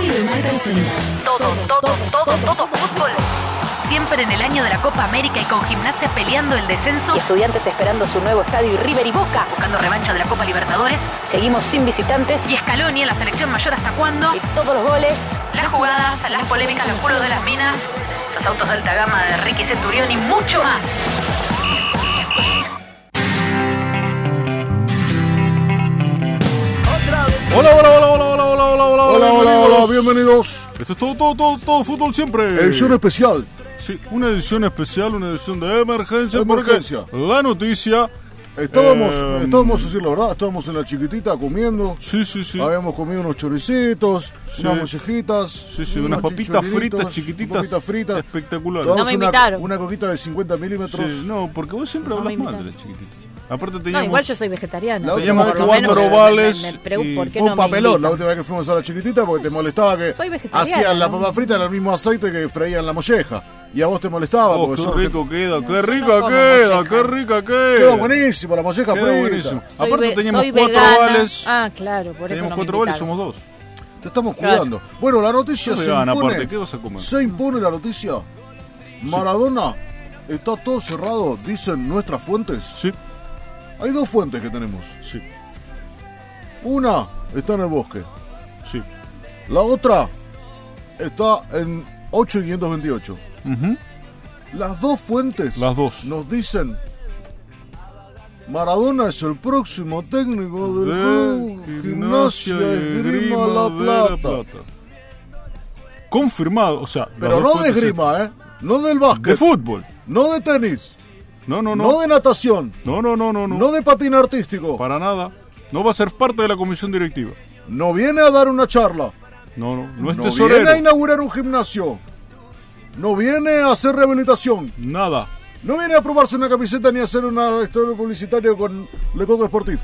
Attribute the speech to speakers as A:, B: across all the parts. A: presenta
B: Todo, todo, todo, todo fútbol. Siempre en el año de la Copa América y con gimnasia peleando el descenso,
C: y estudiantes esperando su nuevo estadio y River y Boca.
B: buscando revancha de la Copa Libertadores,
C: Seguimos sin visitantes
B: y Scaloni en la selección mayor hasta cuándo,
C: y todos los goles.
B: las jugadas, las polémicas, los culos de las minas, los autos de alta gama de Ricky Centurión y mucho más.
D: Hola, hola, hola, hola, hola, hola, hola, hola,
E: Hola, hola, hola,
D: bienvenidos.
E: bienvenidos.
D: Esto es todo, todo, todo, todo fútbol siempre.
E: Edición especial.
D: Sí, una edición especial, una edición de emergencia.
E: Emergencia.
D: porque La noticia.
E: Estábamos,
D: Eh,
E: estábamos, decir la verdad, estábamos en la chiquitita comiendo.
D: Sí, sí, sí.
E: Habíamos comido unos choricitos,
D: Sí.
E: unas mollejitas.
D: Sí, sí,
E: unos
D: unas papitas
E: chichorinitos,
D: fritas chiquititas.
E: Papitas fritas.
D: Espectaculares.
E: Tomamos
F: No me
E: una-
F: invitaron.
E: Una, coquita de 50 milímetros.
D: Sí, no, porque vos siempre
F: No me
D: hablas mal de
F: invitan.
D: las chiquititas. Aparte
F: No,
D: teníamos.
F: igual yo soy vegetariana.
E: La
F: pero
E: teníamos
F: por lo
E: cuatro
F: menos me-
D: ovales
F: me- me pregun-
D: y
F: ¿por qué
E: Fue
F: no
E: un
F: me
E: papelón la
F: invitan?
E: última vez que fuimos a la chiquitita porque te molestaba que
F: Soy vegetariana,
E: hacían la
F: ¿no?
E: papa frita en el mismo aceite que freían la molleja. Y a vos te molestaba
D: Oh,
E: porque
D: qué
E: sos-
D: rico queda, qué rica
F: como
D: queda,
F: molleja.
D: qué rica queda.
E: Queda buenísimo la molleja
D: Queda
E: frita.
D: buenísimo.
F: Soy
D: Aparte
F: ve-
D: teníamos
F: soy
D: cuatro
F: vegana.
D: ovales.
F: Ah, claro, por eso
D: Teníamos
F: no me
D: cuatro ovales,
F: invitaron.
D: somos dos.
E: Te estamos
F: Claro.
E: cuidando. Bueno, la noticia
D: Yo
E: se
D: vegana,
E: impone.
D: aparte, ¿qué vas a comer?
E: Se impone la noticia. Maradona está todo cerrado, dicen nuestras fuentes.
D: Sí,
E: Hay dos fuentes que tenemos.
D: sí,
E: Una está en el bosque.
D: sí.
E: La otra está en 8528. Las dos fuentes
D: Las dos.
E: nos dicen Maradona es el próximo técnico del
D: de
E: club Gimnasia y Esgrima La Plata.
D: Confirmado, o sea, las
E: Pero no
D: dos
E: de
D: fuentes-
E: esgrima, ¿eh? No del
D: de
E: básquet,
D: fútbol.
E: no de tenis,
D: No, no,
E: no
D: no.
E: de natación,
D: No, no, no, no, no.
E: no de patín artístico.
D: Para nada. No va a ser parte de la comisión directiva.
E: No viene a dar una charla.
D: No, no, no es
E: no viene a
D: tesorero.
E: inaugurar un gimnasio. No viene a hacer rehabilitación.
D: Nada.
E: No viene a probarse una camiseta ni a hacer una historia publicitaria con Le Coq Sportif.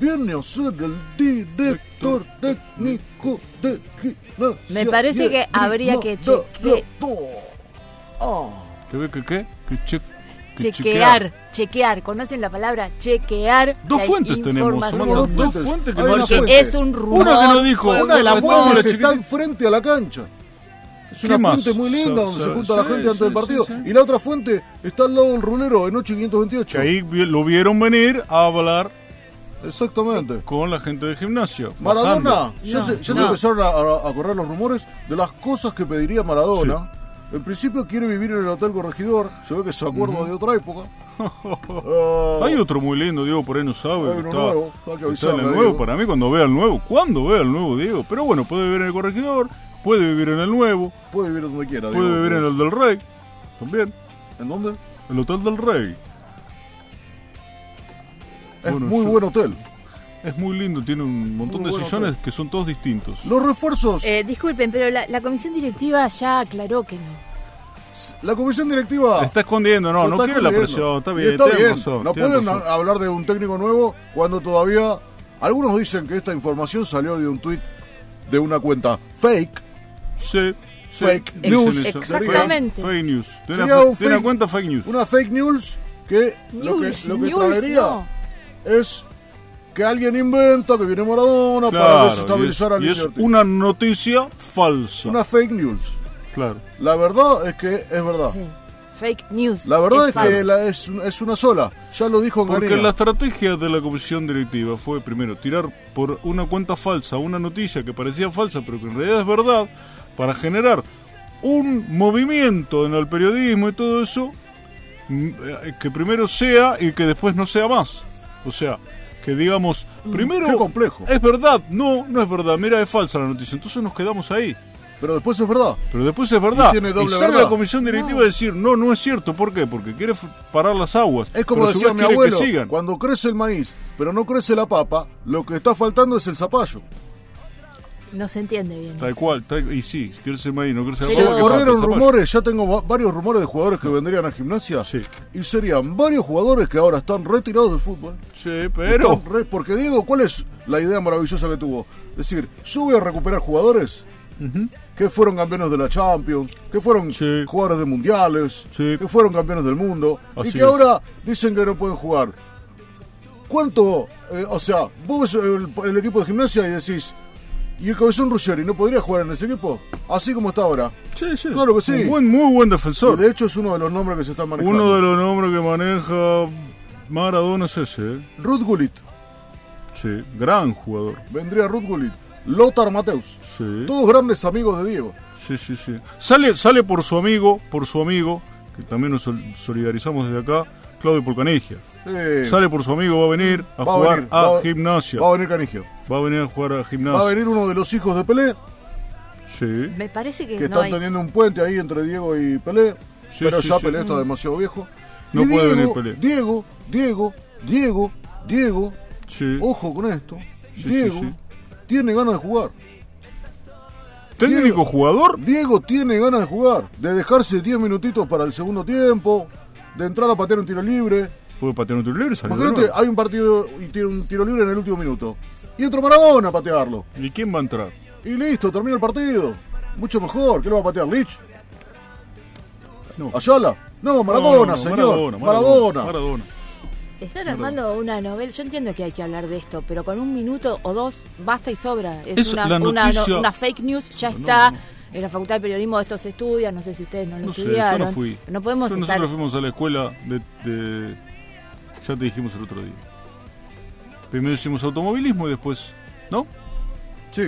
E: Viene a ser el director técnico de gimnasia.
F: Me parece
E: y
F: que habría
E: esgrima
F: que
E: de
F: cheque-
E: Plato. Ah,
D: ¿Qué, qué, qué? Que che- que
F: Chequear, chequear. ¿Conocen la palabra chequear?
D: Dos
F: la
D: fuentes tenemos,
F: información?
D: Amanda,
E: dos
D: dos
E: fuentes.
D: fuentes que
E: Hay
D: no
E: una
D: dicen-
F: Que
E: fuente.
F: es un rumor.
D: Una que nos dijo,
E: Una de las
D: Cuando estamos
E: fuentes
D: los
E: está
D: chiquititos-
E: enfrente a la cancha. Es
D: ¿Qué
E: una
D: más?
E: fuente muy linda
D: Sa-
E: donde
D: sa-
E: se junta la
D: sí,
E: gente antes
D: sí,
E: del partido.
D: sí, sí.
E: Y la otra fuente está al lado del rulero en 8528.
D: Que ahí vi- lo vieron venir a hablar
E: Exactamente.
D: con la gente de gimnasio.
E: Maradona,
D: bajando.
E: ya,
F: No,
E: se, ya se
F: no.
E: empezaron a, a- a correr los rumores de las cosas que pediría Maradona. En principio quiere vivir en el Hotel Corregidor, se ve que se acuerda de otra época. Eh,
D: Hay otro muy lindo, Diego, por ahí no sabe.
E: Hay
D: que
E: uno
D: está,
E: nuevo, hay que
D: está en
E: avisarle,
D: el nuevo,
E: Diego.
D: para mí cuando vea el nuevo, cuando vea el nuevo, Diego. Pero bueno, puede vivir en el corregidor, puede vivir en el nuevo,
E: Ah, puede vivir donde quiera.
D: puede
E: digo,
D: vivir en
E: pues.
D: el del Rey, también,
E: ¿En dónde?
D: el Hotel del Rey.
E: Es
D: Bueno,
E: muy
D: yo-
E: buen hotel.
D: Es muy lindo, tiene un montón
E: Muy
D: de
E: buen
D: sillones
E: hotel.
D: que son todos distintos.
E: Los refuerzos,
F: Eh, disculpen, pero la, la comisión directiva ya aclaró que no.
E: la comisión directiva...
D: La está escondiendo, no,
E: se
D: no
E: está
D: quiere la
E: escondiendo.
D: presión, está
E: Y
D: bien, tiene
E: bien.
D: razón,
E: No
D: tiene
E: pueden
D: razón.
E: a- hablar de un técnico nuevo cuando todavía... Algunos dicen que esta información salió de un tuit de una cuenta fake.
D: Sí, sí,
E: Fake
D: dicen
E: news.
D: eso.
F: Exactamente.
D: Fake, fake news. Tiene
E: Sería
D: una,
E: un
D: tiene una
E: fake-
D: cuenta fake news.
E: Una fake news que lo que, lo que
F: News,
E: traería
F: no.
E: es que alguien inventa que viene Maradona para
D: Claro,
E: desestabilizar al
D: y es, y es
E: Liberty.
D: una noticia falsa.
E: Una fake news.
D: Claro.
E: La verdad es que es verdad.
F: Sí. Fake news.
E: La verdad es, que
F: falso.
E: la- es, un- es una sola. Ya lo dijo
D: Porque
E: Angarita.
D: la estrategia de la comisión directiva fue primero tirar por una cuenta falsa una noticia que parecía falsa pero que en realidad es verdad para generar un movimiento en el periodismo y todo eso mm, eh, que primero sea y que después no sea más. O sea, que digamos, primero
E: Mm, qué complejo.
D: es verdad, no, no es verdad, mira, es falsa la noticia, entonces nos quedamos ahí.
E: Pero después es verdad.
D: Pero después es verdad.
E: Y tiene doble
D: sale
E: verdad.
D: la comisión directiva a decir, no, no es cierto. ¿Por qué? Porque quiere f- parar las aguas.
E: Es como
D: Pero a su
E: decía
D: vez
E: mi
D: quiere que
E: abuelo,
D: sigan.
E: cuando crece el maíz, pero no crece la papa, lo que está faltando es el zapallo.
F: No se entiende bien.
D: Tal
F: eso.
D: cual, tal- y sí, crece el maíz, no crece la
F: Pero-
D: papa,
E: Se
D: ¿qué
E: corrieron
D: pasa?
E: rumores, ya tengo va- varios rumores de jugadores que vendrían a gimnasia
D: Sí.
E: y serían varios jugadores que ahora están retirados del fútbol.
D: Sí, pero.
E: Están re- Porque Diego, ¿cuál es la idea maravillosa que tuvo? Es decir, yo voy a recuperar jugadores que fueron campeones de la Champions, que fueron
D: Sí.
E: jugadores de mundiales,
D: Sí.
E: que fueron campeones del mundo
D: Así
E: y que
D: es.
E: ahora dicen que no pueden jugar. ¿Cuánto? eh, o sea, vos ves el, el equipo de gimnasia y decís, ¿Y el cabezón Ruggeri no podría jugar en ese equipo? Así como está ahora.
D: Sí, sí.
E: Claro que sí.
D: Un buen, muy buen
E: Y
D: defensor.
E: de hecho es uno de los nombres que se están manejando.
D: Uno de los nombres que maneja Maradona es ese, ¿eh?
E: Ruth Gullit.
D: Sí, gran jugador.
E: Vendría Ruth Gullit. Lothar Mateus.
D: Sí,
E: Todos grandes amigos de Diego.
D: sí, sí. sí. Sale, sale por su amigo, por su amigo, que también nos sol- solidarizamos desde acá, Claudio Polcanigia.
E: Sí.
D: Sale por su amigo, va a venir a
E: Va a
D: jugar
E: venir,
D: a
E: va-
D: gimnasia.
E: Va a venir Canigio.
D: Va a venir a jugar a
E: Va a
D: gimnasia.
E: venir uno de los hijos de Pelé,
D: Sí.
F: Me parece que,
E: que
F: no
E: están
F: hay.
E: teniendo un puente ahí entre Diego y Pelé.
D: Sí,
E: pero
D: sí,
E: ya
D: sí.
E: Pelé está demasiado viejo.
D: No
E: Y
D: puede venir
E: Diego,
D: Pelé.
E: Diego, Diego, Diego, Diego,
D: Sí.
E: ojo con esto.
D: Sí, sí,
E: Diego
D: sí.
E: tiene ganas de jugar.
D: Técnico
E: Diego.
D: jugador.
E: Diego tiene ganas de jugar, de dejarse 10 minutitos para el segundo tiempo, de entrar a patear un tiro libre.
D: Puede patear un tiro libre, salió de
E: Imagínate,
D: nuevo.
E: hay un partido y tiene un tiro libre en el último minuto. Y entra Maradona a patearlo.
D: ¿Y quién va a entrar?
E: Y listo, termina el partido. Mucho mejor. ¿Qué lo va a patear? ¿Lich?
D: No.
E: ¿Ayala? No,
D: No, no, no,
E: Maradona, señor.
D: Maradona,
E: Maradona.
D: Maradona. Maradona.
F: Están armando una novela. Yo entiendo que hay que hablar de esto, pero con un minuto o dos basta y sobra. Es,
D: Es
F: una,
D: la
F: una-
D: noticia-
F: no- una fake news, ya está. En la Facultad de Periodismo esto se estudia, no sé si ustedes no lo
D: No sé, yo
F: estudiaron.
D: no fui.
F: No podemos
D: Yo-
F: estar-
D: Nosotros fuimos a la escuela de, de- Ya te dijimos el otro día. Primero hicimos automovilismo y después. ¿No?
E: Sí,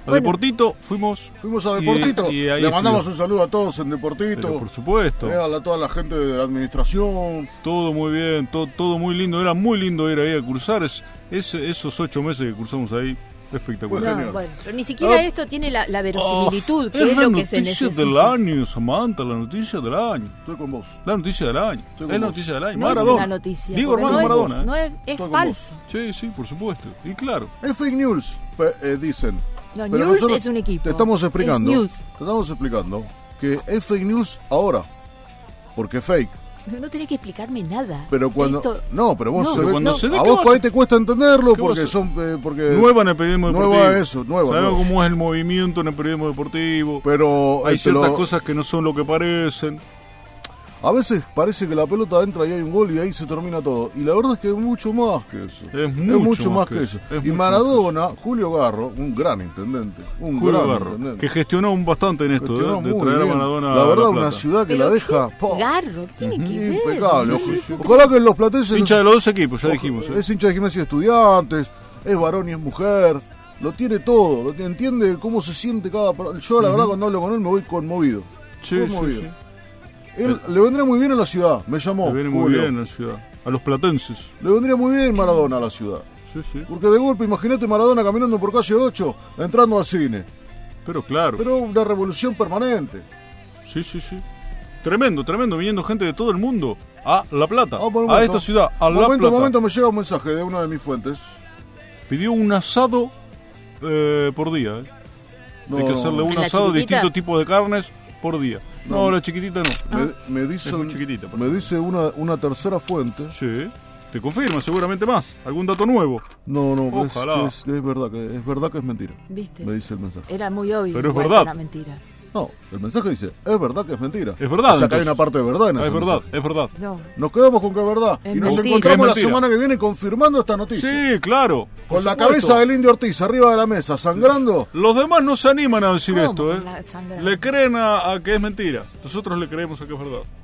D: A
F: Bueno.
D: Deportito fuimos.
E: fuimos a
D: Y- e,
E: Deportito.
D: y
E: Le
D: ahí
E: mandamos
D: estudió.
E: un saludo a todos en
D: Pero
E: Deportito.
D: por supuesto.
E: Eh, A la- toda la gente de la administración.
D: Todo muy bien, to- todo muy lindo. Era muy lindo ir ahí a cursar. Es, es- esos ocho meses que cursamos ahí,
E: Fue
D: espectacular.
E: genial.
F: No, bueno, pero ni siquiera
D: Ah.
F: esto tiene la, la
D: Ah,
F: verosimilitud, que
D: es,
F: es,
D: la
F: lo que se
D: noticia
F: necesita.
D: del año, Samantha, la noticia del año.
E: Estoy con vos.
D: La noticia del año.
E: Estoy
D: Es
E: con
D: la
E: vos.
D: noticia del año.
F: No
D: Maradona.
F: es una noticia.
D: Diego
F: porque
D: hermano
F: no
D: Maradona. ¿eh?
F: Es, no es, es
E: Estoy con
F: falso.
D: Sí, sí, por supuesto. Y claro.
E: Es fake news, pe- eh, dicen.
F: No,
E: Pero
F: news
E: nosotros
F: es un equipo.
E: Te estamos explicando.
F: Es news.
E: Te estamos explicando que es fake news ahora. Porque es fake.
F: No tenés que explicarme nada.
E: Pero cuando.
F: Esto-
E: No, pero vos
F: No,
E: se
F: pero
E: ve-
D: cuando
E: no.
D: se dé,
E: A
D: ¿qué
E: vos
D: vas
E: por
D: a-
E: ahí te cuesta entenderlo
D: qué vas
E: porque
D: a-
E: son. eh, porque
D: Nueva en el periodismo deportivo.
E: Nueva eso, nueva,
D: Sabemos
E: nueva.
D: cómo es el movimiento en el periodismo deportivo.
E: Pero.
D: Hay
E: eh, te lo-
D: ciertas cosas que no son lo que parecen.
E: A veces parece que la pelota entra y hay un gol y ahí se termina todo. Y la verdad es que es mucho más que eso.
D: Es mucho más que eso. Es
E: Y
D: mucho
E: Maradona, Julio Garro, un gran intendente. Un
D: Julio
E: gran
D: Garro,
E: intendente.
D: que gestionó un bastante en esto,
E: Gestionó
D: ¿eh? de
E: muy
D: traer a
E: bien.
D: Maradona.
E: La
D: a
E: verdad,
D: Plata.
E: una ciudad que
F: Pero
E: la
F: qué
E: deja. po,
F: Garro, tiene que ver.
E: impecable.
F: no
E: Ojo-
F: sé.
E: Ojalá que los platenses.
D: Hincha de los dos equipos, ya
E: ojo-
D: dijimos. ¿eh?
E: Es hincha de gimnasia de estudiantes, es varón y es mujer. Lo tiene todo, lo tiene- entiende cómo se siente cada. per- Yo, la verdad, cuando hablo con él me voy conmovido.
D: Sí, sí,
E: conmovido.
D: sí.
E: Él, le vendría muy bien a la ciudad, me llamó.
D: Le viene muy
E: Julio.
D: bien a la ciudad. A los platenses.
E: Le vendría muy bien Maradona a la ciudad.
D: Sí, sí.
E: Porque de golpe, imagínate Maradona caminando por calle 8, entrando al cine.
D: Pero claro.
E: Pero una revolución permanente.
D: Sí, sí, sí. Tremendo, tremendo. Viniendo gente de todo el mundo a La Plata.
E: Ah, por un
D: a
E: momento.
D: esta ciudad, a La
E: momento,
D: Plata.
E: momento me llega un mensaje de una de mis fuentes.
D: Pidió un asado eh, por día. ¿eh?
E: No,
D: Hay que hacerle un
F: ¿En la
D: asado de
F: chiquitita? Ah.
D: distintos tipos de carnes por día. No, la chiquitita no.
E: me, me dice,
D: Es muy chiquitita, por
E: me dice una, una tercera fuente.
D: Sí. Te confirma, seguramente más. Algún dato nuevo.
E: No, no, es,
D: Ojalá.
E: es- es verdad que es verdad que es mentira.
F: ¿Viste?
E: Me dice el mensaje.
F: Era muy obvio.
D: Pero es
F: igual,
D: verdad.
F: Una mentira.
E: No, el mensaje dice, es verdad que es mentira.
D: Es verdad,
E: O sea que hay
D: entonces.
E: una parte de verdad en
D: Ah,
E: ese
D: es verdad,
E: mensaje.
D: es verdad.
F: No.
E: Nos quedamos con que es verdad.
F: Es
E: y nos
F: mentira.
E: encontramos
D: Es
E: la
D: mentira.
E: semana que viene confirmando esta noticia.
D: Sí, claro. por
E: Con la
D: supuesto.
E: cabeza del Indio Ortiz arriba de la mesa, sangrando.
D: Los demás no se animan a decir
F: ¿Cómo
D: esto,
F: la sangra?
D: ¿eh? Le creen a, a que es mentira. Nosotros le creemos a que es verdad.